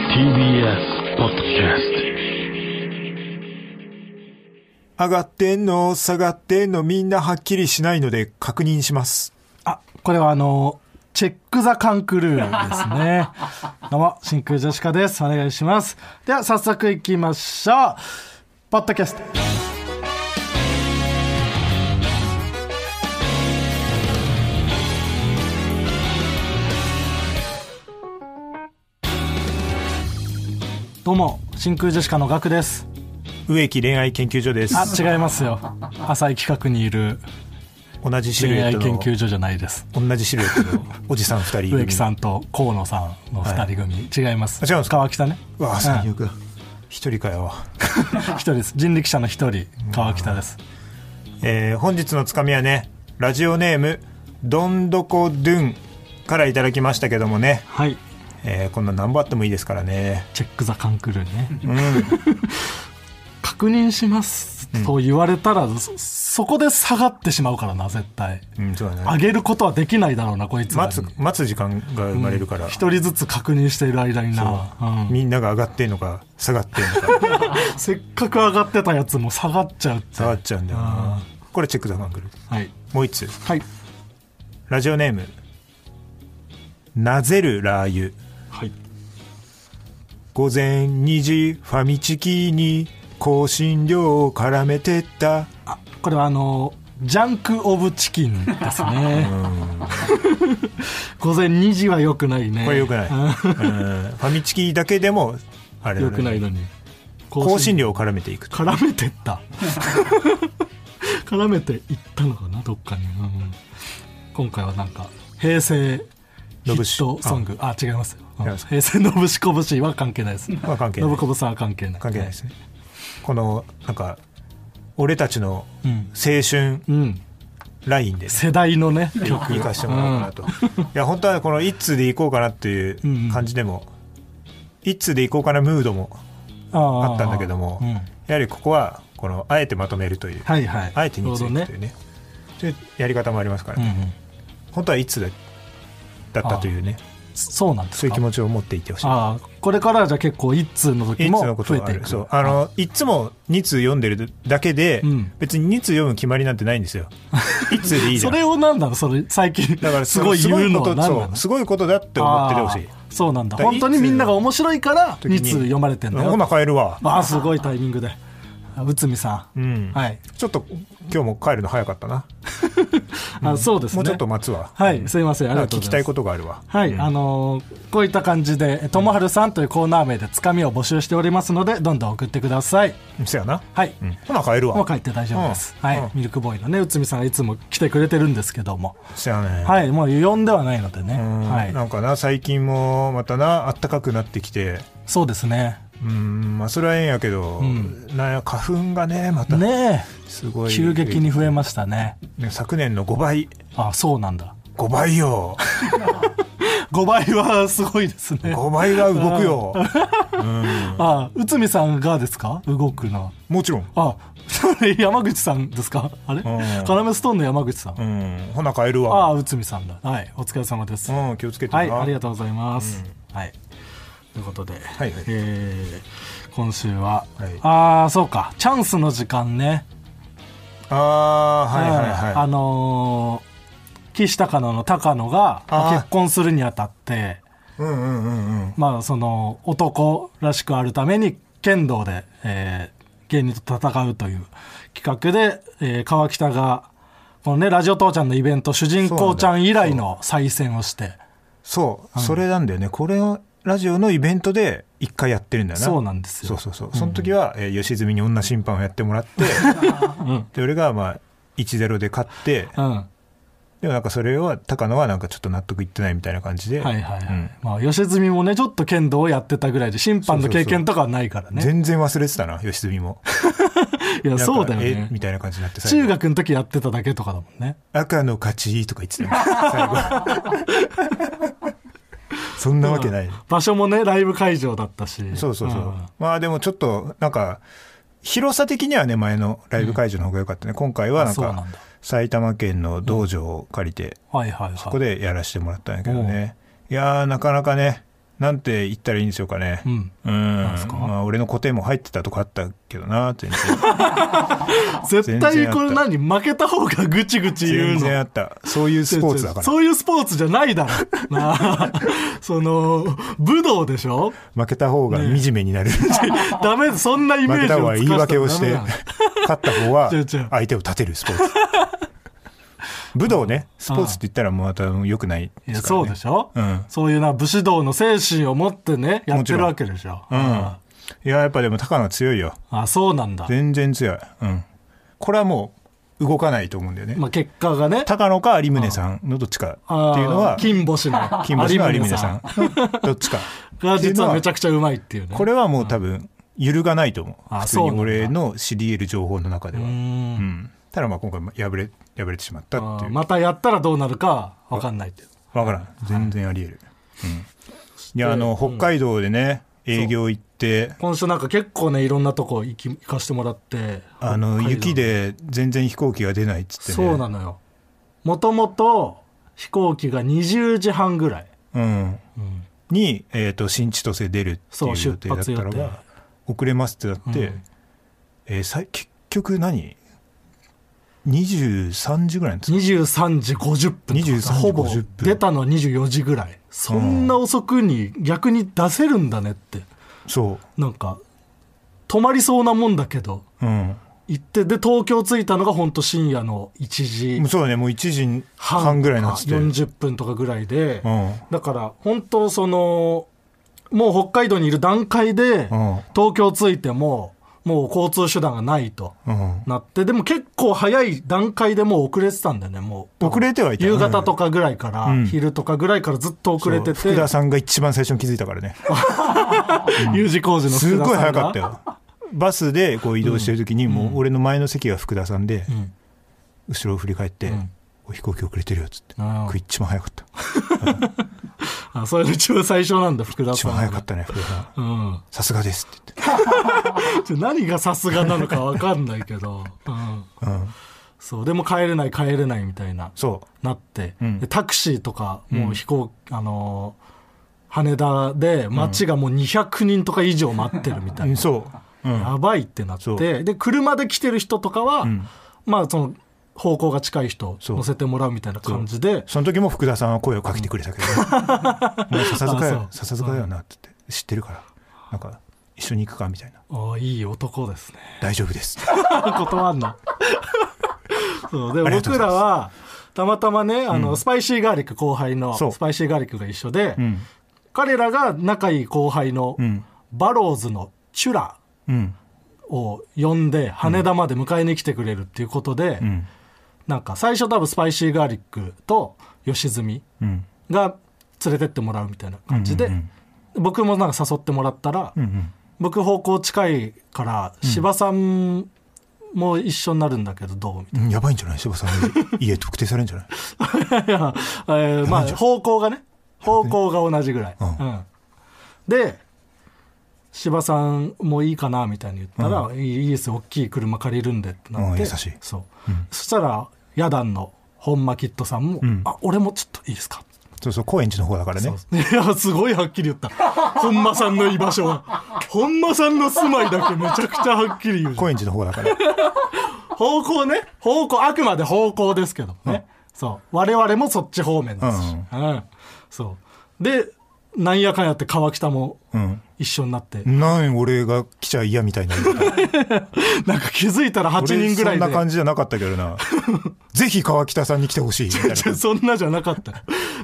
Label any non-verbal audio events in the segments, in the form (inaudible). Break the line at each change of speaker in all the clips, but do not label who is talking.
TBS ポッドキャス
上がってんの、下がってんの、みんなはっきりしないので確認します。
あ、これはあの、チェックザカンクルーですね。
(laughs)
どうも、真空ジェシカです。お願いします。では、早速いきましょう。ポッドキャスト。どうも、真空ジェシカのガクです。
植木恋愛研究所です。
あ、違います
(laughs)
よ。浅い企画にいる
同じシル
恋
エッ
愛
ト
研
の、
究所じゃないです。
同じシルエットのおじさん二人
植
組
木。さんと河野さんの2人組、違います
あ違うんですか
川北ね
うわあ、
うん
最悪だ。一人かよ。
一人です人力車の一人川北です
えー本日のつかみはね、ラジオネーム、どんどこドゥンからいただきましたけどもね、
はい
えーこんな何本あってもいいですからね。
チェック・ザ・カンクルーね
うん。
(laughs) 確認しますと言われたら、そそこで下がってしまうからな絶対
うん、そうだね。
上げることはできないだろうなこいつらに
待つ、待つ時間が生まれるから、
一人ずつ確認している間にな、うん
みんなが上がってんのか、下がってんの
(laughs)
か、
せっかく上がってたやつも下がっちゃうって
下がっちゃうんだよな。これチェックザマングル。
はい
もう一つ。
はい
ラジオネームなぜるラー油
はい
午前2時ファミチキに香辛料を絡めてった
あこれはあのジャンク・オブ・チキンですね午前2時はよくないね
これよくない、うんファミチキだけでもあれだ
よ
ね
くないのに
香辛料を絡めていくと
絡めてった (laughs) 絡めていったのかなどっかに、うん今回はなんか平成ヒ
のぶ
ッ
し
トソングあ違いますよ、うん
違います
平成のぶしこぶしは関係ないです
まあ関係
の
な
ぶ
い
こぶさんは関係ない
関係ないですねこのなんか俺たちの
うん、
青春
うん、
ラインで
世代のね
行かしてもらおうかなと、いや本当はこの一通で行こうかなっていう感じでも、一通で行こうかなムードも
あ
あったんだけども
うん
やはりここはこのあえてまとめるという
はいはい
あえて2
ち
通
ょう
い
ど
くというねというやり方もありますから、
うんう
ね
ん、
本当はいつだだったというね
そうなんです
そういう
か
気持ちを持っていてほしい
ああこれからはじゃあ結構一通の時
いつ
も
のこと
増え
があ
てい
る
く
そうあのいつも2通読んでるだけで、
うん
別に2通読む決まりなんてないんです
(laughs)
よ1通でいいじゃ
そ
ん
れをなんだろうそれ最近
だから
すごい言
すご
うのは何
いこと
な
そ
の
うすごいことだって思っててほしい
あーそうなん
だ
だ
から
本当にみんなが面白いから
時に
2通読まれてんだ
ほな
よ
帰るわ、
ああすごいタイミングであ内海さ、
うんん
はい
ちょっと今日も帰るの早かったな、
あそうですね
もうちょっと待つわ
はいすいませんあり
なん
が
か
とう
聞
ご
き
ざ
た
い
い
ます
ことがあるわ
はい、あのーこういった感じで「ともはるさん」というコーナー名でつかみを募集しておりますのでどんどん送ってください
そやな、
はい、
うん、ほな帰るわ
もう帰って大丈夫です、
うん
はい、
うん
ミルクボーイのね内海さんがいつも来てくれてるんですけども
そやね
はいもう呼んではないのでね、
うん
はい
なんかな最近もまたなあったかくなってきて
そうですね
うんまあそれはええんやけど、
ん
なんや花粉がねまた
ね
すご
え
い
急激に増えましたね
ね昨年の5倍
あそうなんだ
5倍
(laughs)
よ
5倍はすごいですね。
5倍が動くよ、うん
あ、内海さんがですか動くな。
もちろん、
あ、 (laughs) それ山口さんですかあれ
ん
カラメストーンの山口さん。
うん、ほな帰るわ
あ、内海さんだ。はい、お疲れ様です。
うん、気をつけてな
はい、ありがとうございます。はい。ということで、
いはい
えー今週は、
はい
ああ、そうか、チャンスの時間ね。
あーはいはい
あ
はい
のー岸高野の高野が、まあ
あー
結婚するにあたって、
うんうんうんうん
まあ、その男らしくあるために剣道で、えー芸人と戦うという企画で、えー川北がこのねラジオ父ちゃんのイベント主人公ちゃん以来の再戦をして
そう、それなんだよねこれをラジオのイベントで一回やってるんだよな
そうなんですよ
そうそうそうその時は、えー吉住に女審判をやってもらって (laughs) で俺がまあ1-0で勝って
うんは
でもなんかそれは高野はなんかちょっと納得いってないみたいな感じで、
いはいはい、
うん
まあ吉住もねちょっと剣道をやってたぐらいで審判の経験とかはないからね
全然忘れてたな吉住も
いや
なんか
そうだよ
え
ね
みたいな感じになって最
中
後
学の時やってただけとかだもんね
赤の勝ちとか言ってたよ最
(laughs)
後そんなわけない、
場所もねライブ会場だったし
そうそうそう、
ん
まあでもちょっとなんか広さ的にはね前のライブ会場の方が良かったね、今回はなん
あそうな
か
んだ
埼玉県の道場を借りて
はいはいはい
ここでやらせてもらったんやけどね。いやー、なかなかね、なんて言ったらいいんでしょうかね。
うん。
うん
すか
まあ、俺の固定も入ってたとこあったけどな、全然。
絶
全然
対
あっ
これ
た
何負けた方がぐちぐち言う
全
の
然あった。そういうスポーツだから。
そういうスポーツじゃないだ
(laughs)
ろ。なあその、武道でしょ (laughs)
負けた方が惨めになる。
ダメ、そんなイメ
負
ー
け
ジ
た方
を
は言い訳をして、勝った方は
(laughs) 違う違う
相手を立てるスポー
(laughs)
ツ。武道ね、スポーツって言ったらもうまた良くない
い
で
や
すから、
そ
ね。
うでしょ、
うん
そういうな武士道の精神を持ってねやっ
もち
て
ろん
るわけでしょ、
うん。いや、やっぱでも高野強いよ。
あそうなんだ、
全然強い。うん。これはもう動かないと思うんだよね。
まあ、結果がね
高野か有宗さんのどっちかっていうの
あ
は
ー、金星の
金星の有
有
宗
宗
さ
さ
んの
(laughs)
どっちか。
んが実はめちゃくちゃうまいっていうね
これはもう多分揺るがないと思う
あ
普通に
そうなんだ
俺の知り得る情報の中では
うーん
うんただまあ今回も敗れ敗れてしまった
あ
ってい
ー
う
またやったらどうなるかわかんないっていう
分からん全然あり得る、うん、いやあの北海道でね営業行って
今週なんか結構ねいろんなとこ行き行かしてもらって
あの
北海道
雪で全然飛行機が出ないっつってね
そうなのよもともと飛行機が20時半ぐらい、
うん
うん
に、えー、と新千歳出るっていう
そう
予定だった
出
ら
発予定
ば遅れますってなって、
うん
えーさい結局何23時ぐらいなんですか
23時50分とか
23時50分
ほぼ出たの24時ぐらいそんな遅くに逆に出せるんだねって
そ
なんか止まりそうなもんだけど
ううん
行ってで東京着いたのが本当深夜の1
もう
時
そうだねもう1時
半
半ぐらいになってて、うん、
40分とかぐらいでだから本当そのもう北海道にいる段階で
うん
東京着いてももう交通手段がないと
うん
なってでも結構早い段階でもう遅れてたんだよねもう
遅れてはいた
夕方とかぐらいから、
うん
昼とかぐらいからずっと遅れ
そ
て
う
て
福田さんが一番最初に気づいたからね
U 字工事の
す
福田
ごい
さ
早
んが
かったよバスでこう移動してる時にもう俺の前の席が福田さんで、
ん
後ろを振り返って、
ん
お飛行機遅れてるよっつって、
うん
僕一番早かった
あそれの一番最初なんだ福田
一
さん
番
が
早かったね福田さん
うん
さすがですって言っ
ちょ何がさすがなのか分かんないけど、うん、
て、うん、
そうでも帰れない帰れないみたいな
そ
なって、
うん
でタクシーとかもう飛行、あのー羽田で街がもう200人とか以上待ってるみた
う
い
うん
な、
そう、うん、
やばいってなっ
そう
てで車で来てる人とかは、
ん
まあその方向が近い人
そう
乗せてもらうみたいな感じで
その時も福田さんは声をかけてくれた
(laughs)
けど、もう笹塚
あそう
よ笹塚だよなって言って知ってるからなんか一緒に行くかみたいな
ああいい男ですね
大丈夫ですって
(laughs) 断んのそうで
ありがとうございます
僕らはたまたまねあの、スパイシーガーリック後輩の
そう
スパイシーガーリックが一緒で、
うん
彼らが仲いい後輩の、
うん
バローズのチュラ
うん
を呼んで羽田まで迎えに来てくれるっていうことで、
うん
なんか最初多分スパイシーガーリックと吉住
うん
が連れてってもらうみたいな感じで、
うんうん
僕もなんか誘ってもらったら、
うんうん
僕方向近いから芝さんも一緒になるんだけどどうみたい
うんやばいんじゃない柴さん家特定されるんじゃない
(laughs) な、えーまあ方向がね方向が同じぐらい、
うん
うんで芝さんもいいかなみたいに言ったら「いいいいですよ大きい車借りるんで」ってなっ
うん
て
優しい
そう、そしたらヤダンの本間キッドさんも「
ん
あ俺もちょっといいですか」 (laughs)
そうそう高円寺の方だからね
いや、すごいはっきり言った。本間さんの居場所は。本間さんの住まいだけめちゃくちゃはっきり言うじゃん。
高円寺の方だから
方向ね。方向、あくまで方向ですけどね。そう。我々もそっち方面ですし。うん、そう。で、なんやかんやって川北も
うん
一緒になって、
なん俺が来ちゃ嫌みたい
(laughs)
な言い方
なんか気づいたら8
俺
人ぐ
そ
らい
ん
で。
な感じじゃなかったけど
(laughs)
なぜひ川北さんに来てほしいみたいな
そんなじゃなかった。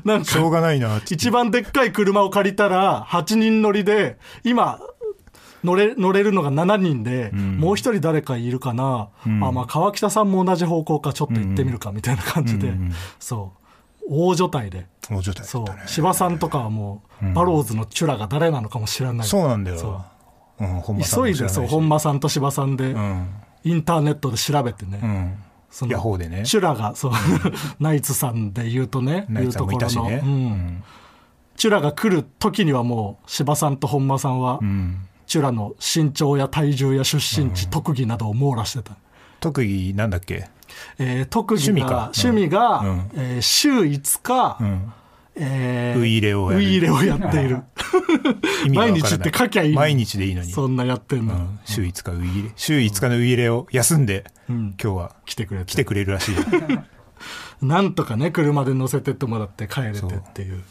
なん
しょう
か、
がないなって
一番でっかい車を借りたら、8人乗りで、今、乗れ乗れるのが7人で、もう1人誰かいるかな、あまあ、川北さんも同じ方向か、ちょっと行ってみるかみたいな感じで、そう、大所帯で、
この状態だ
そ
ったね
う、芝さんとかはもう、バローズのチュラが誰なのかも知らない、
そうなんだよ
そ。
うん、本間さん
急
も
い
知ら
で、
な
そう、
し
本間さんと芝さんで、
うん。
インターネットで調べてね、
うん。
その
ヤホーでね
チュラが、そう、 (laughs) ナイツさんで言うとね、
ナイツさんもいたし
言う
ね
ところ。のうんチュラが来る時にはもう芝さんと本間さんは、
うんうん
チュラの身長や体重や出身地、特技などを網羅してた、
特技なんだっけ
えー特技が
趣味か
趣味が、
うん
えー週5日、
うん。
えー
ウイイレをや
ウ
る
イイレをやって
(laughs)
いる。
意味がわからない
毎日って書きゃいいのに
毎日でいいのに
そんなやってんの。
うん週5日ウイイレ週5日のウイイレを休んで、
ん
今日は
来てくれて
来てくれるらしいよ
なんとかね、車で乗せてってもらって帰れてっていう。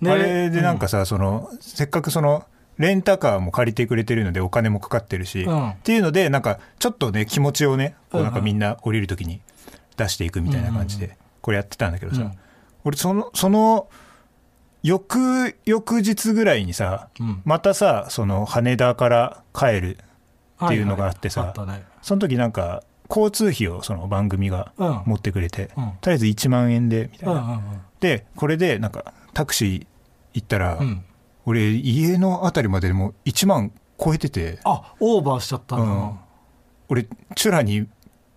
ね
あれでなんかさ、そのせっかくそのレンタカーも借りてくれてるのでお金もかかってるし、
うん
っていうのでなんかちょっとね気持ちをねこうなん
うんう
か
ん
みんな降りる時に出していくみたいな感じでこれやってたんだけどさ、
うん
俺そのその翌翌日ぐらいにさ、
うん
またさその羽田から帰るっていうのがあってさ
はいはいあったね
その時なんか交通費をその番組が
うん
持ってくれて、
うん
とりあえず1万円でみたいな、
うんうんうん
でこれでなんかタクシー行ったら、
うん
俺家のあたりまでもう1万超えてて
あ、オーバーしちゃったんだな
うん俺チュラに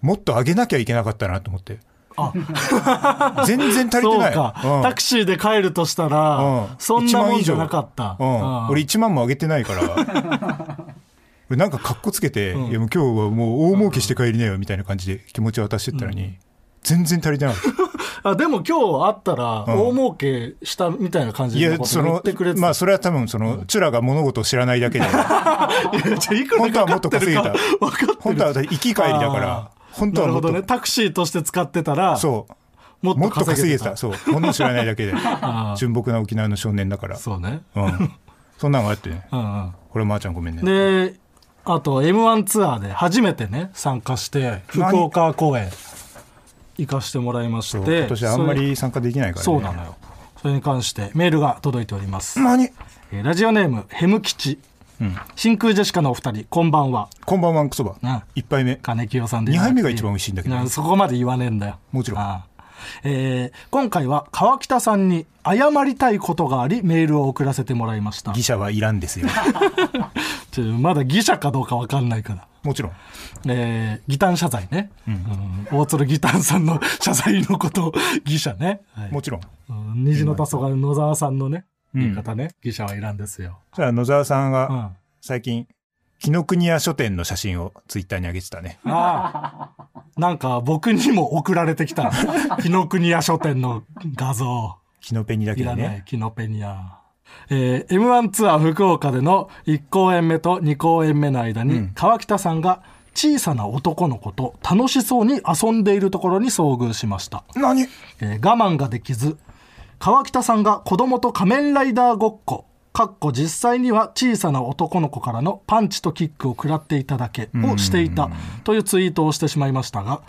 もっと上げなきゃいけなかったなと思って (laughs)
あ、
全然足りて
そ
な
う
い
か、
うん
タクシーで帰るとしたら、
うん
そんなもんじゃ
1万
なかった。
うん
うん
俺1万も上げてないから
(laughs)
俺なんかかっこつけて、
うん
いやもう今日はもう大儲けして帰りなよみたいな感じで気持ちを渡してったのに、全然足りて
(laughs)
なかった
あでも今日会ったら
うん
大儲けしたみたいな感じ
い
の
や
こ、
そ
と言っ
の
てくれ、てた
まあ、それは多分、その、チュラが物事を知らないだ
(laughs)
けで、
いや (laughs) じゃあいくら
本当はもっと
かか
稼
ってる
げ
か
た。
分かってる
本当は私、行き帰りだか
あ
ら、
ー
本当は
な
も
る
っ
ほ
と、
どねタクシーとして使ってたら
そう、
もっ
も
と
っと稼
稼
げ
げ
て
て
た。
た
そう、物を知らないだけで
(laughs) あ、ー
純朴な沖縄の少年だから。
そうね
うん。そんなのがあってね。
うんうん
これ、まーちゃんごめんね。
であと m 1ツアーで初めてね参加して福岡公演行かしてもらいまし
そう
て
今年あんま
それ
り参加できないからね。
そうなのよそれに関してメールが届いております、
何
えーラジオネームヘム吉、真空ジェシカのお二人こんばんは
こんばんは、クソば
うん。
一杯目。
金清さんで
二杯目が一番美味しいんだけど
なそこまで言わねえんだよ
もちろん
ああえー今回は川北さんに謝りたいことがありメールを送らせてもらいました
ギシャはいらん
(laughs)
ですよ。
ちょまだ記者かどうか分かんないから
もちろん。
えー、ギタン謝罪ね、うん大鶴ギタンさんの謝罪のことを偽者ね、はい
もちろん。
うん虹の黄昏野沢さんのね言い方ね、偽者はいらんですよ、
それは野沢さん
うん、
が、
あ
最近、紀ノ国屋書店の写真をツイッターに上げてたね。
あ (laughs) なんか僕にも送られてき (laughs) た紀ノ国屋書店の画像
キノペニだけ
い
に
らな
ね
い、キノペニア。えー、M1 ツアー福岡での1公演目と2公演目の間に、川北さんが小さな男の子と楽しそうに遊んでいるところに遭遇しました。
何
えー我慢ができず川北さんが子供と仮面ライダーごっこかっこ実際には小さな男の子からのパンチとキックを食らっていただけをしていたというツイートをしてしまいましたが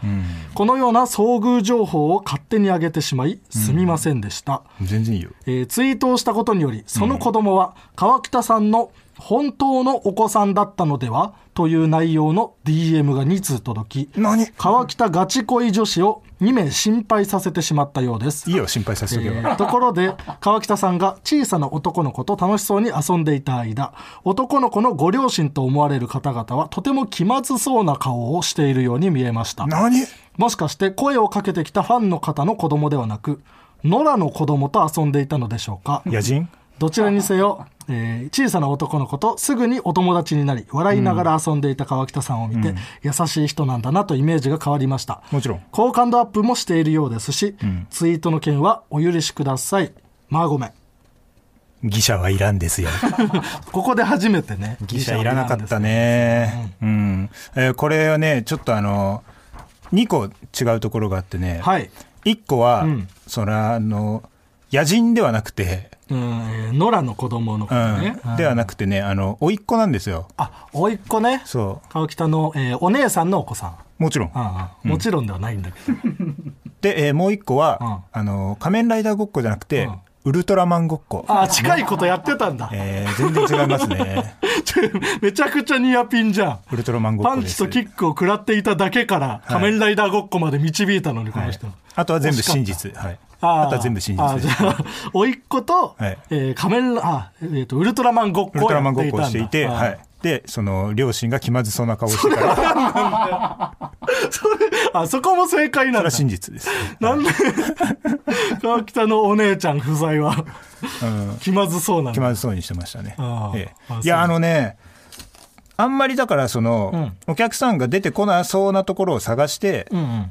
このような遭遇情報を勝手に上げてしまいすみませんでした、
全然いいよ
えーツイートをしたことによりその子供は川北さんの本当のお子さんだったのではという内容の DM が2通届き
何い
川北ガチ恋女子を2名心配させてしまったようです
いよ心配させとけば、
えーところで川北さんが小さな男の子と楽しそうに遊んでいた間男の子のご両親と思われる方々はとても気まずそうな顔をしているように見えました
何
もしかして声をかけてきたファンの方の子供ではなく野良の子供と遊んでいたのでしょうか
野人
どちらにせよ、えー小さな男の子とすぐにお友達になり笑いながら遊んでいた川北さんを見て、優しい人なんだなとイメージが変わりました
もちろん
好感度アップもしているようですし、ツイートの件はお許しくださいまあごめん
ギシャはいらんですよ
ここで初めてね
ギシャいらなかったねうん、えーこれはねちょっとあの2個違うところがあってね、
はい、
1個は、
うん
それはあの野人ではなくて、
うんえー野良の子供の
う
子
ん
ね、うん
ではなくてねあの甥っ子なんですよ
あ甥っ子ね
そ
川北の、えーお姉さんのお子さん
うもちろん、
ああもちろんではないんだけど、
で、えーもう1個は、あの仮面ライダーごっこじゃなくて、
うん
ウルトラマンごっこ
ああ近いことやってたんだ、
えー全然違います
(laughs)
ね
ちょめちゃくちゃニアピンじゃん
ウルトラマンごっ
パ
こ
ン
で
チ
す
とキックを食らっていただけから仮面ライダーごっこまで導いたのにこの人、
あとは全部真実。はい。
ー
あとは全部真実
あー
で
じ
す
ゃ。あ甥っ子と、
はい
えー仮面ラあ、えー、とウルトラマンごっ
ウル
こを
ト
や
ラマン
っ
ごって
い
こを
た
し
ん
ていて、
だあー
はい。で、その、両親が気まずそうな顔をしてから、そ
それあそこも正解なん
れは
だ
真実です。
なんで (laughs) 川北のお姉ちゃん夫妻は
うん。
気まずそうなん
気
だ
まずそうにしてましたね
あ。ー
ええ
あそう
いや、あのね、あんまりだから、その、お客さんが出てこなそうなところを探して
う、んうん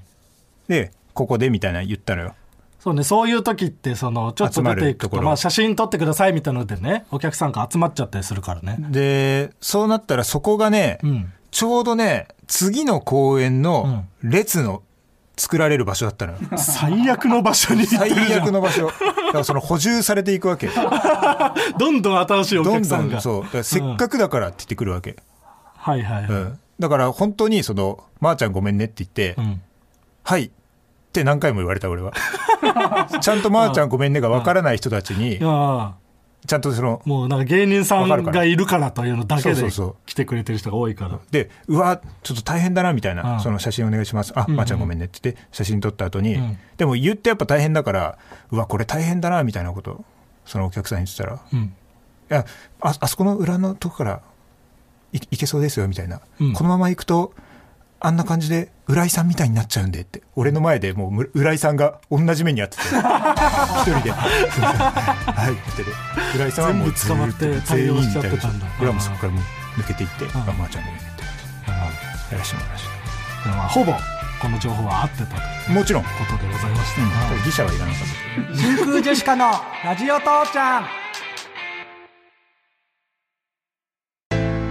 で、ここでみたいなの言ったのよ。
そうね、そういう時って、その、ちょっと出てい
集まる
く、
とことろ
まあ、写真撮ってくださいみたいなのでね、お客さんが集まっちゃったりするからね。
で、そうなったらそこがね、 (laughs)
うん。
ちょうどね、次の公演の列の作られる場所だ
(laughs)
ったのよ。
最悪の場所に行って
最
るじゃん
悪の場所。だからその補充されていく
(laughs)
わけ。
どんどん新しいお
どん
客さ
ど
んが。
ん、そう。だからせっかくだからって言ってくるわけ。
はいはい。
う
はい
ん。だから本当にその、まー、ちゃんごめんねって言って、
うん。
はいって何回も言われた俺は。 (laughs) ちゃんとまーちゃんごめんねがわからない人たちに
いや、ー
ちゃんとその、
もうなんか芸人さんがいるからというのだけ
そ
で
うそうそう
来てくれてる人が多いから。
で、うわ、ちょっと大変だなみたいな、
うん
その写真お願いします。あ、
んうん
まーちゃんごめんねって言って、写真撮った後に、
うん
でも言ってやっぱ大変だから、うわ、これ大変だなみたいなこと、そのお客さんに言ってたら、い
うん。
や、ああそこの裏のとこからい行けそうですよみたいな、
うん
このまま行くと、あんな感じで浦井さんみたいになっちゃうんでって、俺の前でもうむ浦井さんが同じ目にあ
(laughs)
ってて、一人で、 (laughs) はいって言ってて、浦井さんはもうずーと
全部捕まって対応しちゃってた
全員み
んだ
いな俺はもうそこからもう抜けていって、
ん
あ、まーちゃんごめんねって。やらせてもらいまし
まあ、ほぼ、この情報は合ってたという
たもちろん、
ことでございました。はい
技者はいらなかった
真空ジェシカのラジオ父ちゃん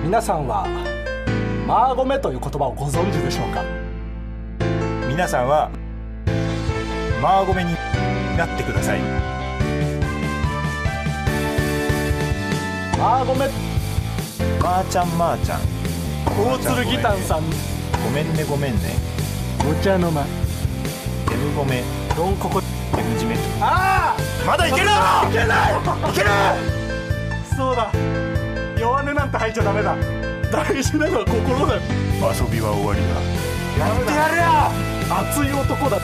皆さんはマーゴメという言葉をご存知でしょうか
皆さんはマーゴメになってください
マーゴメ
まーちゃんまーちゃん
大鶴ギタンさん
ごめんねごめんね
お茶の間
デブごめ
ドンココ
デブじめ
あ
まだいけるいけないいける
あそうだ弱音なんて入っちゃダメだ大事なのは心だ
遊びは終わり
やってやるや熱い男だ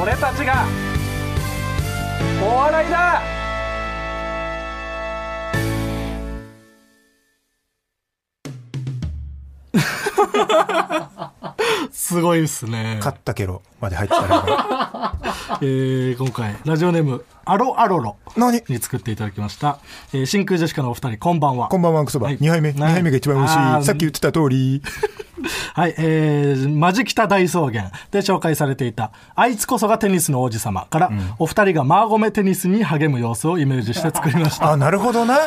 俺たちがお笑いだすごいですね
だ、勝ったけろまで入ってた (laughs) ら
えー今回ラジオネームアロアロロ
何
に作っていただきました、えー真空ジェシカのお二人こんばんは
こんばんはクソバ
はい
2杯目2
はい
杯目が一番美味し
あー
いさっき言ってた通り
はい、えー、マジ北大草原で紹介されていた、あいつこそがテニスの王子様から、お二人がマーゴメテニスに励む様子をイメージして作りまし (laughs) た。
あなるほどな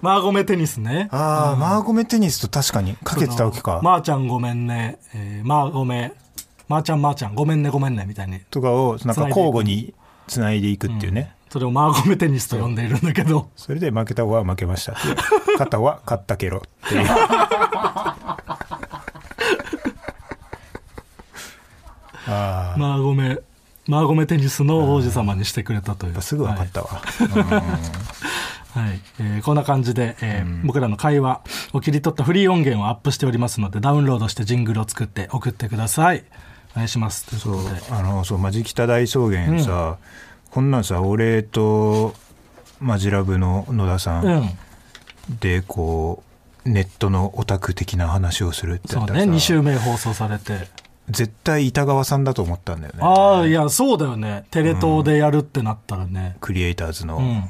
マーゴメテニスね。
あーマーゴメテニスと確かにかけてたわけか
まー、ちゃんごめんね。えー、マーゴメ、まーちゃんまーちゃんごめんねごめんねみたいに。
とかをなんか交互につないでいくっていうね、
それをマーゴメテニスと呼んでいるんだけど。
それで負けた方は負けました (laughs) っていう勝った方は勝ったけろっていうああ
マーゴメ、マーゴメテニスの王子様にしてくれたという。
すぐ分かったわ、
はい、えーこんな感じで、えー僕らの会話を切り取ったフリー音源をアップしておりますのでダウンロードしてジングルを作って送ってくださいお願いしますということで
あのそうマジ北大草原さ、こんなんさ俺とマジラブの野田さ
うん
んでこうネットのオタク的な話をするって
そ
な
う
ったら
ね
さ
2週目放送されて、
絶対板川さんだと思ったんだよね
ああいやそうだよねテレ東でやるってなったらね
クリエイターズの、
うん
うん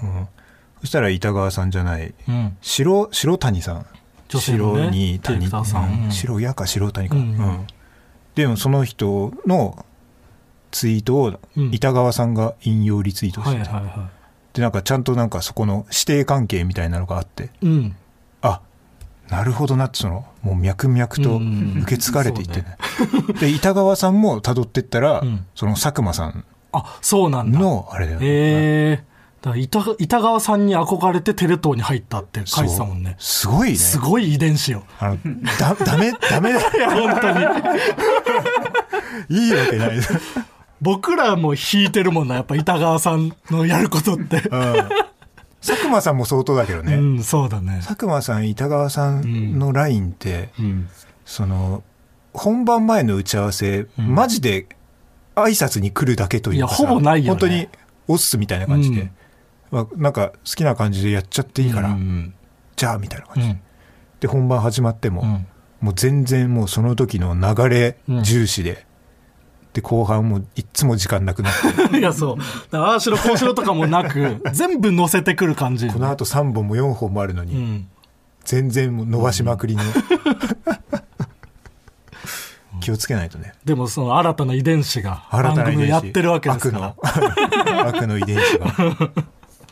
そしたら板川さんじゃない
うん、
白白谷さん
女性のね
白に
ディレクターさんうん
白矢か白谷か、
う
うんんでもその人のツイートを
うん
板川さんが引用リツイートし
は
て
いはい
た、
は
でなんかちゃんとなんかそこの指定関係みたいなのがあって
いうん
あなるほどなってそのもう脈々と
うん
受け継がれていってね、で板川さんも辿ってったら、
うん
その佐久間さん
あそうなんだ
のあれだよね、
ええだから板板川さんに憧れてテレ東に入ったって書いてたもんね
すごいね
すごい遺伝子よ
あのだダメダメだ
本当に
いいわけない。う
僕らも引いてるもんな、やっぱ板川さんのやることって。
ん佐久間さんも相当だけどね。
うん、そうだね。
佐久間さん、板川さんのラインって、
うん。
その、本番前の打ち合わせ、マジで挨拶に来るだけというかさ
いやほぼないよね
本当に、オッスみたいな感じで、
うん
まあ、なんか好きな感じでやっちゃっていいから、
うん。
じゃあ、みたいな
う
感じで。
ん。
で、本番始まっても、
うん
もう全然もうその時の流れ
うん
重視で、で、後半もいっつも時間なく
(laughs)
なって、
いや、そう。だからああしろこうしろとかもな
(laughs)
く、全部乗せてくる感じ。
この後3本も4本もあるのに、
うん。
全然もう伸ばしまくりの、 (laughs) 気をつけないとね
でもその新たな遺伝子が
新
番
たな遺
組
伝
を
子
やってるわけですから
悪の悪の遺伝子が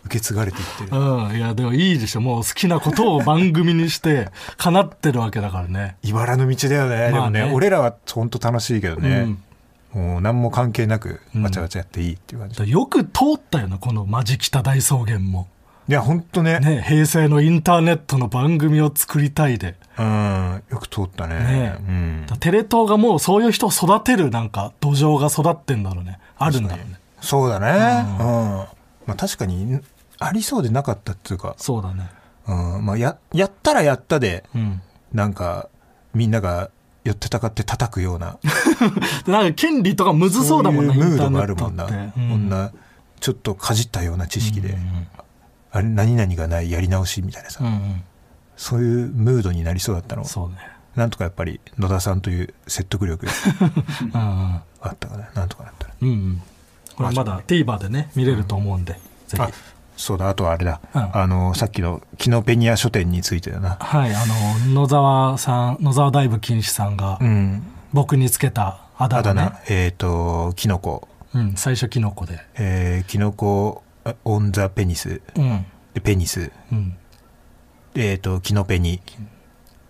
受け継がれていってる
うん、いやでもいいでしょもう好きなことを番組にして叶ってるわけだからね
茨の道だよね、
まあ
で
ね
もね俺らは本当楽しいけどね、もう何も関係なく
ん
わちゃわちゃやっていいっていう感じ、い
よく通ったよなこの「マジ北大草原も」
や本当ね
ね平成のインターネットの番組を作りたいで、
うんよく通ったね
ね
うん
だテレ東がもうそういう人を育てるなんか土壌が育ってんだろうねあるんだろうね
そうだねうん、まあ、確かにありそうでなかったっていうか、
そうだね
うんまあ、ややったらやったで
うん
なんかみんなが寄ってたかって叩くような
でなんか権利とかむずそうだもんね
いム
イン
ー
ター
ド
ネ
があ
ッ
る
ト
も
っ
んな、
て
こんなちょっとかじったような知識で、あれ何々がないやり直しみたいなさ、
うんうん
そういうムードになりそうだったの
そうね
なんとかやっぱり野田さんという説得力
うん
あったか
(laughs)
ななんとかなったね
うんうんこれまだ TVer でね見れると思うんで、ぜ
あ
ひ
そうだあとはあれだ、
うん
あのさっきのキノペニア書店についてだな
はいあの野沢さん野沢大部錦糸さんが
うん
僕につけたあ
あ
だ
だ
名ね、
名えっ、とキノコ
うん、最初キノコで
えーキノコあオンザペニス
うん
でペニス
うん
えっ、とキノペニ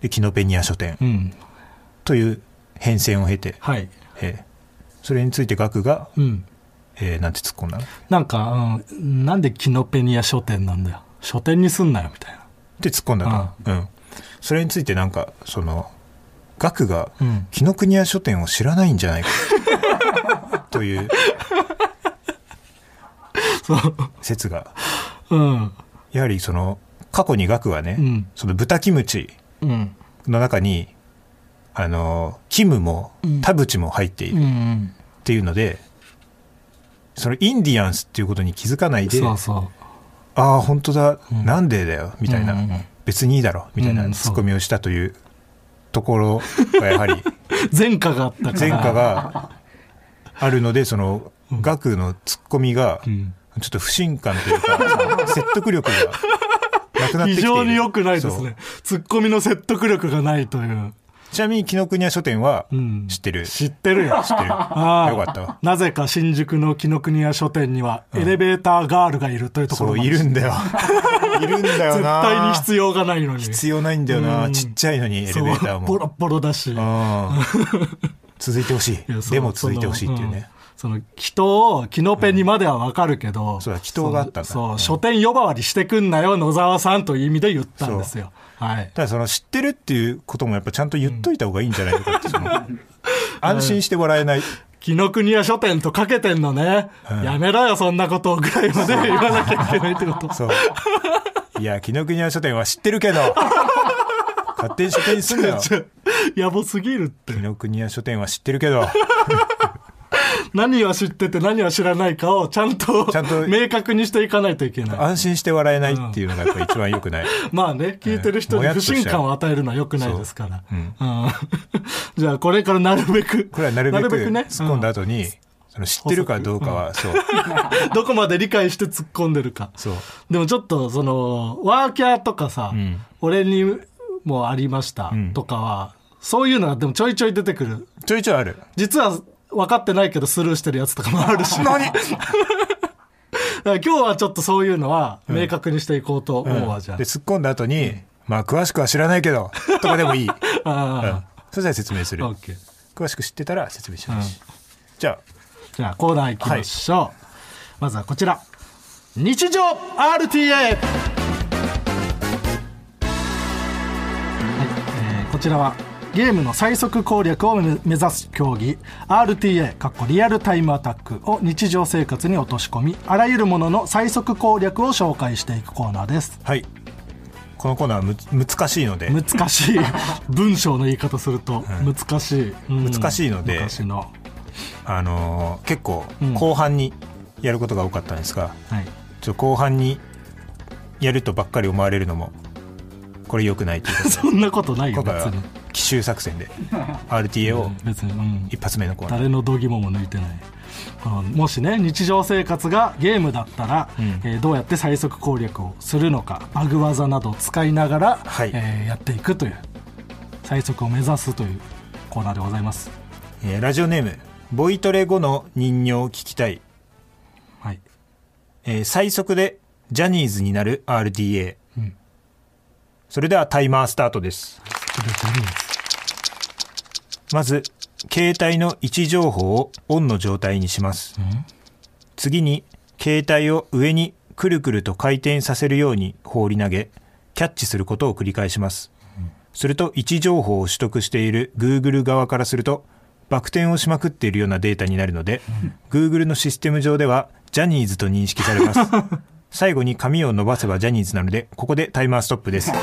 でキノペニア書店
うん
という変遷を経て
はい
ええそれについてガクが、
うん
ええなんて突っ込んだのっ
なんか、うん、なんでキノペニア書店なんだよ書店にすんなよみたいな
て突っ込んだの、うん、それについてなんかそのガクが
うん
紀ノ国屋書店を知らないんじゃない
(laughs)
かという
そう
説が
うん
やはりその過去にガクはね、
うん
その豚キムチ
うん
の中にあのキムも
うん
田淵も入っている
う
っ
ん
ていうので、そのインディアンスっていうことに気づかないで
そうそ
ああ本当だ、
ん
なんでだよみたいな、
うんうんうん
別にいいだろみたいな
うん
ツ
そう
ッコミをしたというところ
(laughs)
がやはり
う前科があったか
前
ら
科があるのでその額のツッコミが
うん
ちょっと不信感というか説得力がなくなってきている
非常に良くないです
そう
ねツッコミの説得力がないという、
ちなみに紀ノ国屋書店は
うん、
知ってる、知
知ってるよ
ってるよ
ああ
かったわ
なぜか新宿の紀ノ国屋書店にはエレベーターガールがいるというとこ
そ
ろ
う
まで
いるんだよいるんだよ
絶
な
対に必要がないのに
必要ないんだよ
う
なんちっちゃいのにエレベーター
そうボ
も
ロボロだし (laughs)
うん続いてほし
いや
い
そう
でも続いてほしいっていうね、
その,ん、その人をキノペにまでは分かるけど、
そうだ祈祷があったんだ
そう
うん
書店呼ばわりしてくんなよ野沢さんという意味で言ったんですよはい
ただその知ってるっていうこともやっぱちゃんと言っといた方がいいんじゃないかって、その (laughs) 安心して笑えない、
紀ノ国屋書店とかけてんのね、やめろよそんなことぐらいまで言わなきゃいけないってこと
(laughs) そういや紀ノ国屋書店は知ってるけど勝手に書店にすんなよ
(laughs) ちょやぼすぎるって
紀ノ国屋書店は知ってるけど
何は知ってて何は知らないかをちゃんと
ちゃんと
明確にしていかないといけない
安心して笑えないっていうのがやっぱ一番良くない、
(laughs) まあね聞いてる人
も
に
やっ
不
としちゃう
信感を与えるのは良くないですから
そううん
うん (laughs) じゃあこれからなるべく
これはなるべく
ね
突っ込んだ後に、その知ってるかどうかはそう
うん (laughs) どこまで理解して突っ込んでるか
そう
でもちょっとそのワーキャーとかさ、
ん
俺にもありました
ん
とかは、そういうのがでもちょいちょい出てくる
ちょいちょいある
実は分かってないけどスルーしてるやつとかもあ
(laughs)
るし
何
だから今日はちょっとそういうのは明確にしていこうと思うわ、じゃあ
で。突っ込んだ後に、まあ詳しくは知らないけどとかでもいい、うん、
あ
そしたら説明す
ー
る
オッケー
詳しく知ってたら説明しないし、じゃあ
じゃあコーナー行きましょう、まずはこちら日常 RTA、はいえーこちらはゲームの最速攻略を目目指す競技 RTA かっこリアルタイムアタックを日常生活に落とし込みあらゆるものの最速攻略を紹介していくコーナーです
はいこのコーナーはむ難しいので
難しい
(laughs)
文章の言い方すると難しい、うん
難しいので
昔の
あのー結構
うん
後半にやることが多かったんですが、 (laughs)
はい
ちょっと後半にやるとばっかり思われるのもこれ良くないということで
そんな (laughs) ことないよ
今
別
回は
に
奇襲作戦で
(laughs)
RTA を
別に、うん、
一発目のコーナー
誰の度肝も抜いてないこのもしね日常生活がゲームだったら、
うん
えーどうやって最速攻略をするのかバグ技などを使いながら、
はい
えーやっていくという最速を目指すというコーナーでございます
えーラジオネームボイトレ後の人形聞きたい、
はい。
えー最速でジャニーズになる RDA、
うん
それではタイマースタートです
それジャニーズ
まず携帯の位置情報をオンの状態にします、次に携帯を上にくるくると回転させるように放り投げキャッチすることを繰り返します、すると位置情報を取得している Google 側からするとバク転をしまくっているようなデータになるので、Google のシステム上ではジャニーズと認識されます最後に髪を伸ばせばジャニーズなのでここでタイマーストップです
め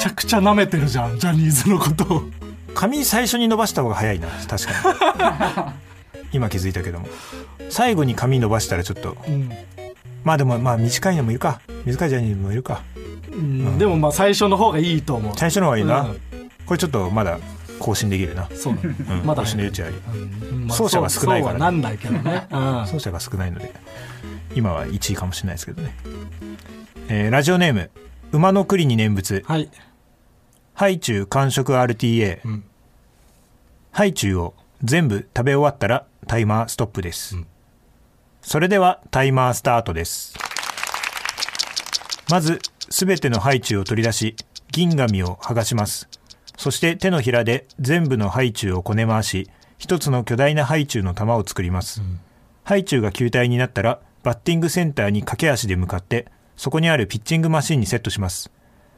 ちゃくちゃ舐めてるじゃん、ジャニーズのことを。
髪最初に伸ばした方が早いな確かに
(laughs)
今気づいたけども最後に髪伸ばしたらちょっと
うん
まあでもまあ短いのもいるか短いジャニーズもいるか
うんでもまあ最初の方がいいと思う。
最初の方がいいな、
うん
これちょっとまだ更新できるな、
そうだね
うん、
まだ
更新の余地あり
うんまあ
走者が少ないからね
そうはなんないけどね。うん
(laughs) 走者が少ないので今は1位かもしれないですけどね、えーラジオネーム馬の栗に念仏
はい。
ハイチュウ完食 RTA、
ん
ハイチュウを全部食べ終わったらタイマーストップです、それではタイマースタートですまずすべてのハイチュウを取り出し銀紙を剥がしますそして手のひらで全部のハイチュウをこね回し一つの巨大なハイチュウの玉を作ります、ハイチュウが球体になったらバッティングセンターに駆け足で向かってそこにあるピッチングマシンにセットします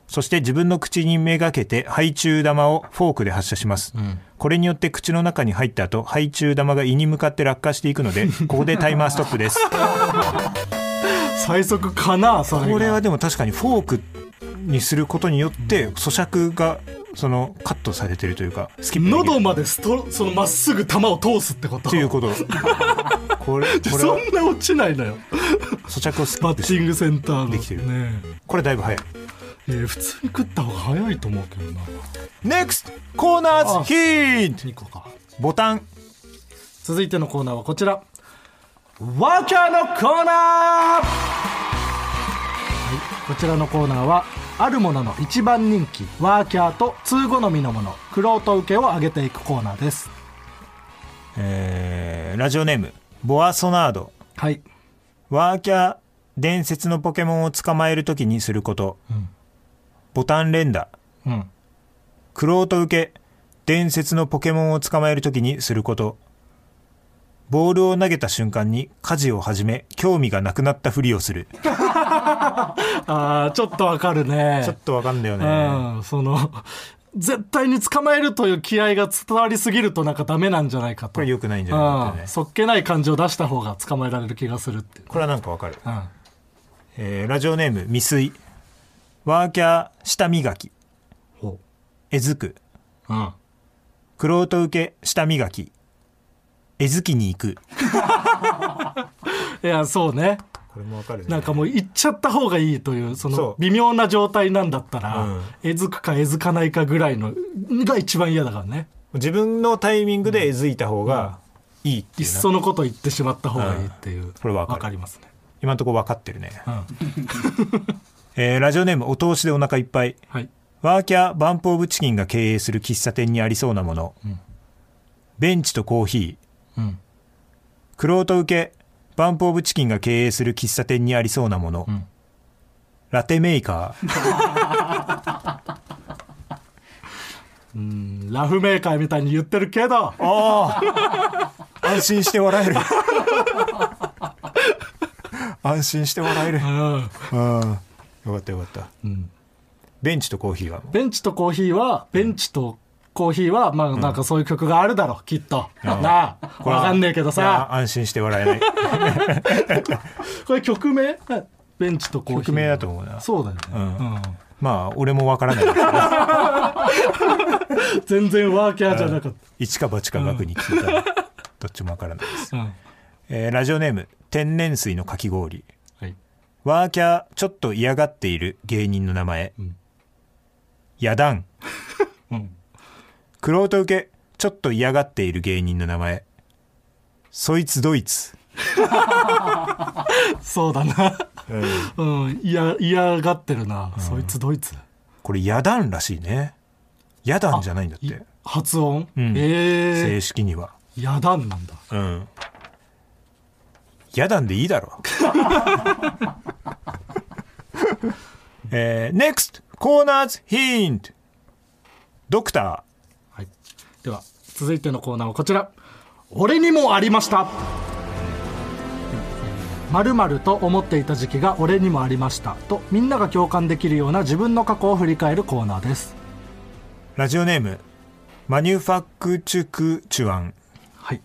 そして自分の口にめがけて肺中玉をフォークで発射します、これによって口の中に入った後肺中玉が胃に向かって落下していくの (laughs) でここでタイマーストップです
最速かな、それが。
(laughs) これはでも確かにフォークにすることによって咀嚼がそのカットされてるというかスキップできる
喉までストそのまっすぐ球を通すってこと
っていうこと (laughs) これこれ
そ
は
んな落ちないのよ
咀嚼をスキ
バ
ッ
ッ
プ
テ
し
ィングセンターの
できてる
ね
これだいぶ早い
えー普通に食った方が早いと思うけどな
NEXT コーナーズヒント
2個か
ボタン
続いてのコーナーはこちらワーキャーのコーナー、はい、こちらのコーナーはあるものの一番人気ワーキャーと通好みのものクロート受けを上げていくコーナーです
えーラジオネームボアソナード
はい
ワーキャー伝説のポケモンを捕まえるときにすること、
ん
ボタン連打
うん
クロート受け伝説のポケモンを捕まえるときにすることボールを投げた瞬間に家事を始め興味がなくなったふりをする
ああちょっとわかるね
ちょっとわかんだよね、
うん、その、 (laughs) 絶対に捕まえるという気合が伝わりすぎるとなんかダメなんじゃないかと。
これ良くないんじゃないかって
う
ね
んそっけない感情を出した方が捕まえられる気がするっていう。
これはなんかわかる、
うん。
えーラジオネーム未遂ワーキャー舌磨き
ほ
えづく
う。うん。
クロート受け舌磨きえづきに行く
いや、そうね。
これもわかる、ね
なんかもう行っちゃった方がいいという、そ
そ
の
う
微妙な状態なんだった
うん
ら、えずくかえずかないかぐらいの、が一番嫌だからね。
自分のタイミングでえづいた方がいいって
いっ
いうな、
そのこと言ってしまった方がいいっていう。
これわかる
わかりますね。
今のところ分かってるね、
うん。
(laughs) えーラジオネームお通しでお腹いっぱい
はい。
ワーキャーバンプ・オブ・チキンが経営する喫茶店にありそうなもの、ベンチとコーヒー
うん。
クロート受けバンプ・オブ・チキンが経営する喫茶店にありそうなもの、
ん
ラテメーカ (laughs) ー
うんラフメーカーみたいに言ってるけど、
ああ安心して笑 (laughs) える安心して笑える
うん。
うんよかったよかった、
ん
ベンチとコーヒーはもう
ベンチとコーヒーは、ベンチとコーヒーは、まあなんかそういう曲があるだろう、きっと。なあ、
れは
わかんねえけ
い
ど
や
さ、
安心して笑えない
これ曲名ベンチとコーヒー。
曲名だと思うな
そうだよね。
うん
うん
まあ俺もわからないですけど
全然ワーキャーじゃなかっ
一か八か額に聞いたらどっちもわからないです、
た。うん
えーラジオネーム天然水のかき氷
はい
ワーキャーちょっと嫌がっている芸人の名前、
ん
やだん
うん
クロート受けちょっと嫌がっている芸人の名前そいつドイツ、
そうだな。 (laughs) うん、嫌、嫌がってるな。そいつドイツ。
これやだんらしいねやだんじゃないんだっ
い
て
あ発音、
ん
ええ
正式には。
ー、やだんなんだ
うん。やだんでいいだろ。 (laughs) えー、NEXT! コーナーズヒントドクタ
はい、では続いてのコーナーはこちら「俺にもありました」まるまると思っていた時期が俺にもありましたとみんなが共感できるような自分の過去を振り返るコーナーです
ー。ラジオネーム、マニュファクチュクチュアン。
はい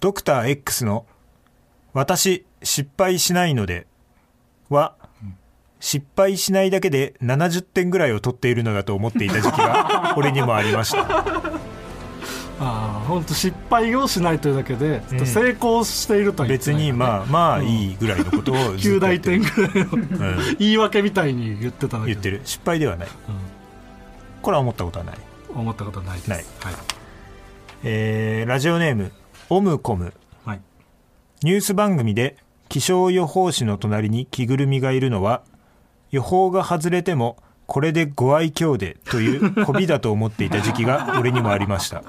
ドクター X の「私失敗しないので」は失敗しないだけで70点ぐらいを取っているのだと思っていた時期が俺にもありました
ああ本当失敗をしないというだけで、
ん
成功しているとは言っ
(laughs)
て
別
ない
にまあまあいいぐらいのことをず
9
っと言
(laughs) 大
ってる
点ぐらいの
うん
(laughs) 言い訳みたいに言ってただけ
言ってる失敗ではないこれは思ったことはない
思ったことはないです
ない
はい
えーラジオネームオムコム
はい
ニュース番組で気象予報士の隣に着ぐるみがいるのは予報が外れてもこれでご愛嬌でという媚びだと思っていた時期
(laughs)
が俺にもありました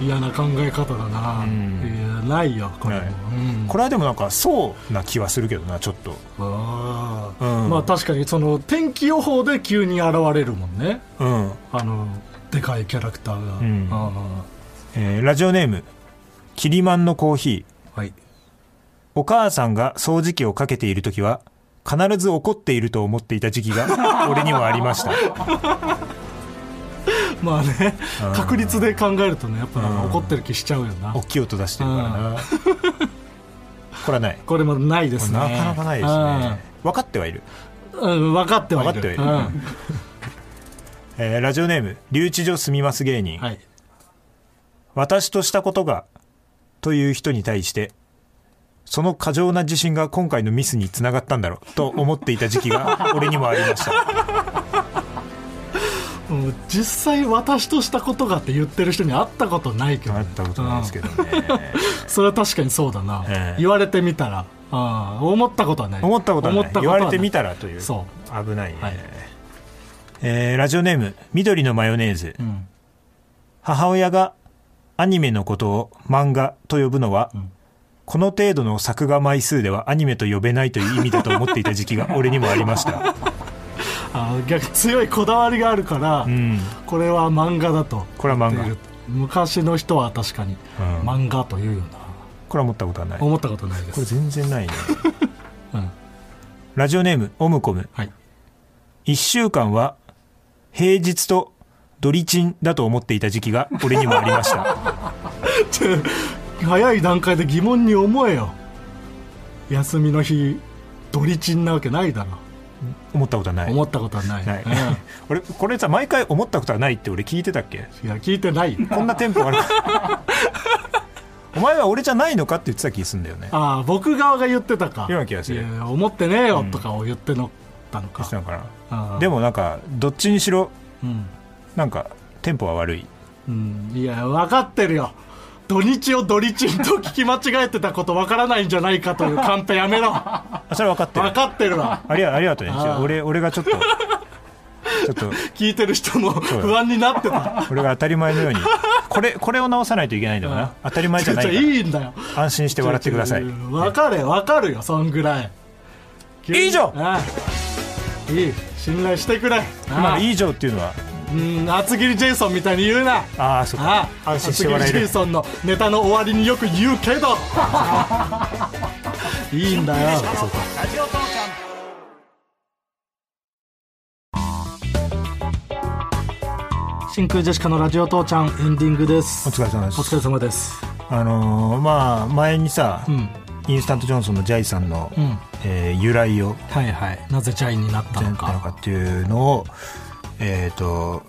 嫌な考え方だな、
ん
いやないよこれも、
ない
うん
これはでもなんかそうな気はするけどなちょっと
ああ
うん
まあ確かにその天気予報で急に現れるもんね
うん、
あのでかいキャラクターが、
ん
あ
えーラジオネームキリマンのコーヒー
あはい
お母さんが掃除機をかけている時は必ず怒っていると思っていた時期が (laughs) 俺にもありました
まあね
うん
確率で考えるとねやっぱなんか
うん
怒ってる気しちゃうよな
大きい音出してるからなこれはない
これもないで
こ
す
れ
ね
なかなかないですね分かってはいる、
うん、うん分かってはいる
分かって
う
はい
ん
えーラジオネーム留置所住みます芸人、
はい、
私としたことがという人に対してその過剰な自信が今回のミスにつながったんだろうと思っていた時期 (laughs) が俺にもありました
うん実際私としたことがって言ってる人に会ったことないけど、
あったことないですけどね
うんそれは確かにそうだな、
ええ
言われてみたらああ思ったことはない
思ったことはない言われてみたらという
そ
危ないね、
はい
えーラジオネーム緑のマヨネーズ
う、うん、
母親がアニメのことを漫画と呼ぶのは、この程度の作画枚数ではアニメと呼べないという意味だと思っていた時期が俺にもありま
(laughs)
した、
あの逆に強いこだわりがあるから、
う
(laughs)
ん、
これは漫画だと
これは漫画
言ってる昔の人は確かに
うん
漫画というような、
これは思ったことはないこ
思ったことないで
れ
す、
全然ないね
(laughs) うん
ラジオネームオムコム
はい、 (laughs)
1週間は平日とドリチンだと思っていた時期が俺にもありました
(laughs) 早い段階で疑問に思えよ休みの日ドリチンなわけないだろ、
思ったことはない
思ったことはない、
ない
うんい
俺これさ毎回思ったことはないって俺聞いてたっけ
や聞い
(laughs)
てないよ
こんなテンポ悪いお前は俺じゃないのかって言ってた気がするんだよね
ああ僕側が言ってたか
ような気がする
いや思ってねえよとかを言ってのったのか
言ってたのか
あ
な
ー
でもなんかどっちにしろ
うん
なんかテンポは悪い
うん、いや分かってるよ土日を土日と聞き間違えてたこと分からないんじゃないかというカンペやめろ
あそれは分かってる
分かってるわ
ありがありがとうね
あー
俺俺がちょっとちょっと
聞いてる人も
う
不安になってた
俺が当たり前のようにこれこれを直さないといけないんだよな当たり前じゃないから
いいんだよ
安心して笑ってください
分かれ分かるよそんぐらい
以上
ああいい信頼してくれ
今
あ
の
あ
「以上」っていうのは
うん厚切りジェイソンみたいに言うな
ああそうか
ああ
安心して笑え
厚切りジェイ
る
ソンのネタの終わりによく言うけ
(laughs)
どいいんだよ真空ジェシカのラジオ父ちゃんエンディングです
お疲れ様で
お疲れ
す
様です
あのーまあ前にさ
うん
インスタントジョンソンのジャイさんの
うん
えー由来を
はいはいなぜチャイになっ
ど
た
う
の
なったの
か
かっていうのをえっと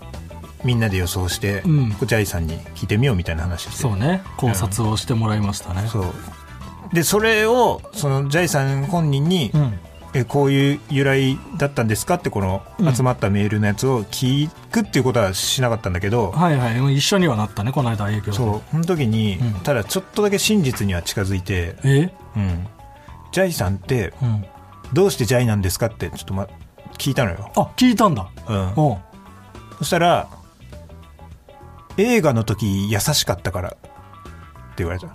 みんなで予想して
うん
こうジャイさんに聞いてみようみたいな話をして
そうね考察をしてもらいましたね
そうでそれをそのジャイさん本人に
うん
えこういう由来だったんですかってこの
うん
集まったメールのやつを聞くっていうことはしなかったんだけど、
はいはいもう一緒にはなったねこの間営業で
そうこの時に、
うん
ただちょっとだけ真実には近づいて、
え
うん、ジャイさんって
うん
どうしてジャイなんですかってちょっと、ま、聞いたのよ、
あ聞いたんだ
うん、
おう
そしたら映画の時優しかったからって言われた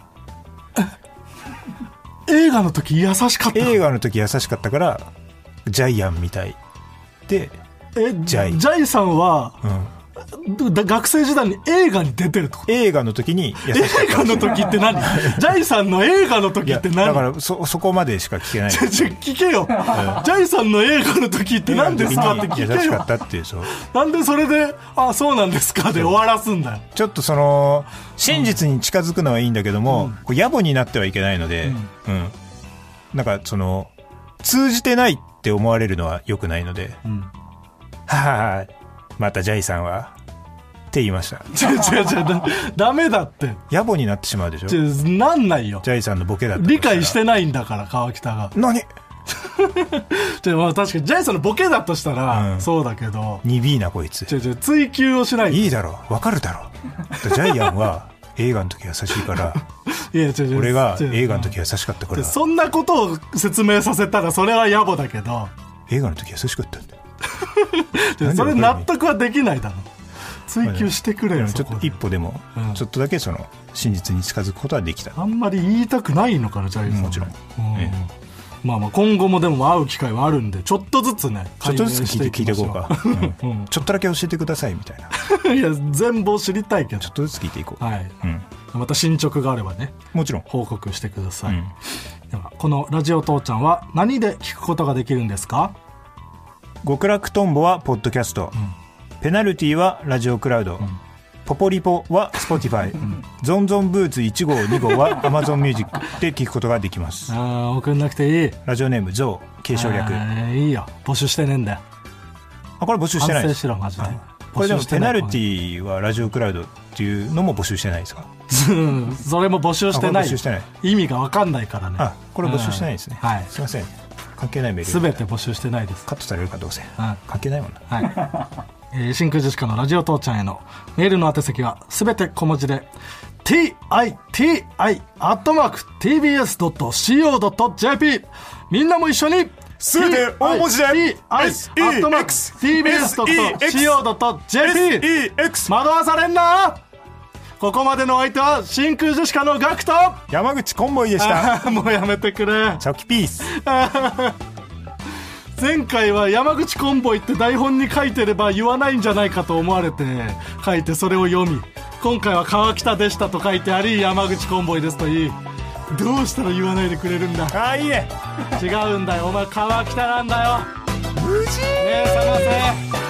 映画の時優しかった
映画の時優しかったからジャイアンみたいで、
え
ジャイ
ジャイさんは
うん、
だ学生時代に映画に出てるってこと
映画の時に優しか
映
った
画の時っ
(laughs)
て何ジャイさんの映画の
い
時
や
って
だ
何
からそそこまでしか聞けない
ちょちょ聞けよ、ジャイさんの映画の時って何ですかって聞
優
け
しかっ
よ
たっていうそう
なんでそれで「あそうなんですか」で終わらすんだよ
ちょっとその真実に近づくのはいいんだけども、こう野暮になってはいけないので、うんなんかその通じてないって思われるのは良くないので「
ん
はは (laughs) またジャイさんは」って言いました
違う違う違うだダメだって
野暮になってしまうでしょ
ち
ジ
ょなんないよ
ャイさんのボケだったと
理
たら
解してないんだから川北が
何
ちょまあ確かにジャイさんのボケだとしたら、
うん
そうだけど
2B なこいつ
ちょちょ追求をしない
いいだろうわかるだろうジャイアン
(laughs)
は映画の時優しいから
いや違う違う
俺が
違う
映画の時優しかったか
で
ら
そんなことを説明させたらそれは野暮だけど
映画の時優しかったんだよ
でそれ納得はできないだろ追求してくれ
で
よ
もちょ
そ
っ
ことで
一歩でも、
うん
ちょっとだけその真実に近づくことはできた
あんまり言いたくないのかなジャイさん
もちろん
う
え
まあまあ今後もでも会う機会はあるんでちょっとずつね
ちょっとずつ聞いて聞いていこうか、うん
うん
ちょっとだけ教えてくださいみたいなち
解明 (laughs) していきましょういや全貌知りたいけど
ょっとずつ聞いていこう、
はい
うん、
また進捗があればね
もちろん
報告してください、
うん
ではこの「ラジオ父ちゃん」は何で聞くことができるんですか
極楽とんぼはポッドキャスト、ペナルティはラジオクラウド、ポポリポは Spotify、ゾンゾンブーツ1号2号は Amazon ミュージックで聞くことができます
ああ送んなくていい
ラジオネームゾウ継承略
あ
あ
ーいいよ募集してねえんだよ
これ募集してない
反
で
省
す
しろマジで
これでも
募集し
ペ
てな
ナ
い
ルティはラジオクラウドっていうのも募集してないですか
うんそれも募集してな
あこれ募
い
集してない
意味が分かんないからね
あこれ募集してないですね、
うんはい
すいません関係ないメール
全て募集してないです
カットされるかどうせ
はい
関係ないもんな
はい、えー真空ジェシカのラジオ父ちゃんへのメールの宛先はすべて小文字で TITI.tbs.co.jp みんなも一緒に
すべて大文字で
TITI.tbs.co.jp 惑わされんなここまでのお相手は真空ジェシカのガクト
山口コンボイでした
あ (laughs) ーもうやめてくれ
チョキピース
前回は山口コンボイって台本に書いてれば言わないんじゃないかと思われて書いてそれを読み今回は川北でしたと書いてあり山口コンボイですと言いどうしたら言わないでくれるんだ
ああいいね
違うんだよお前川北なんだよ無事目覚ませ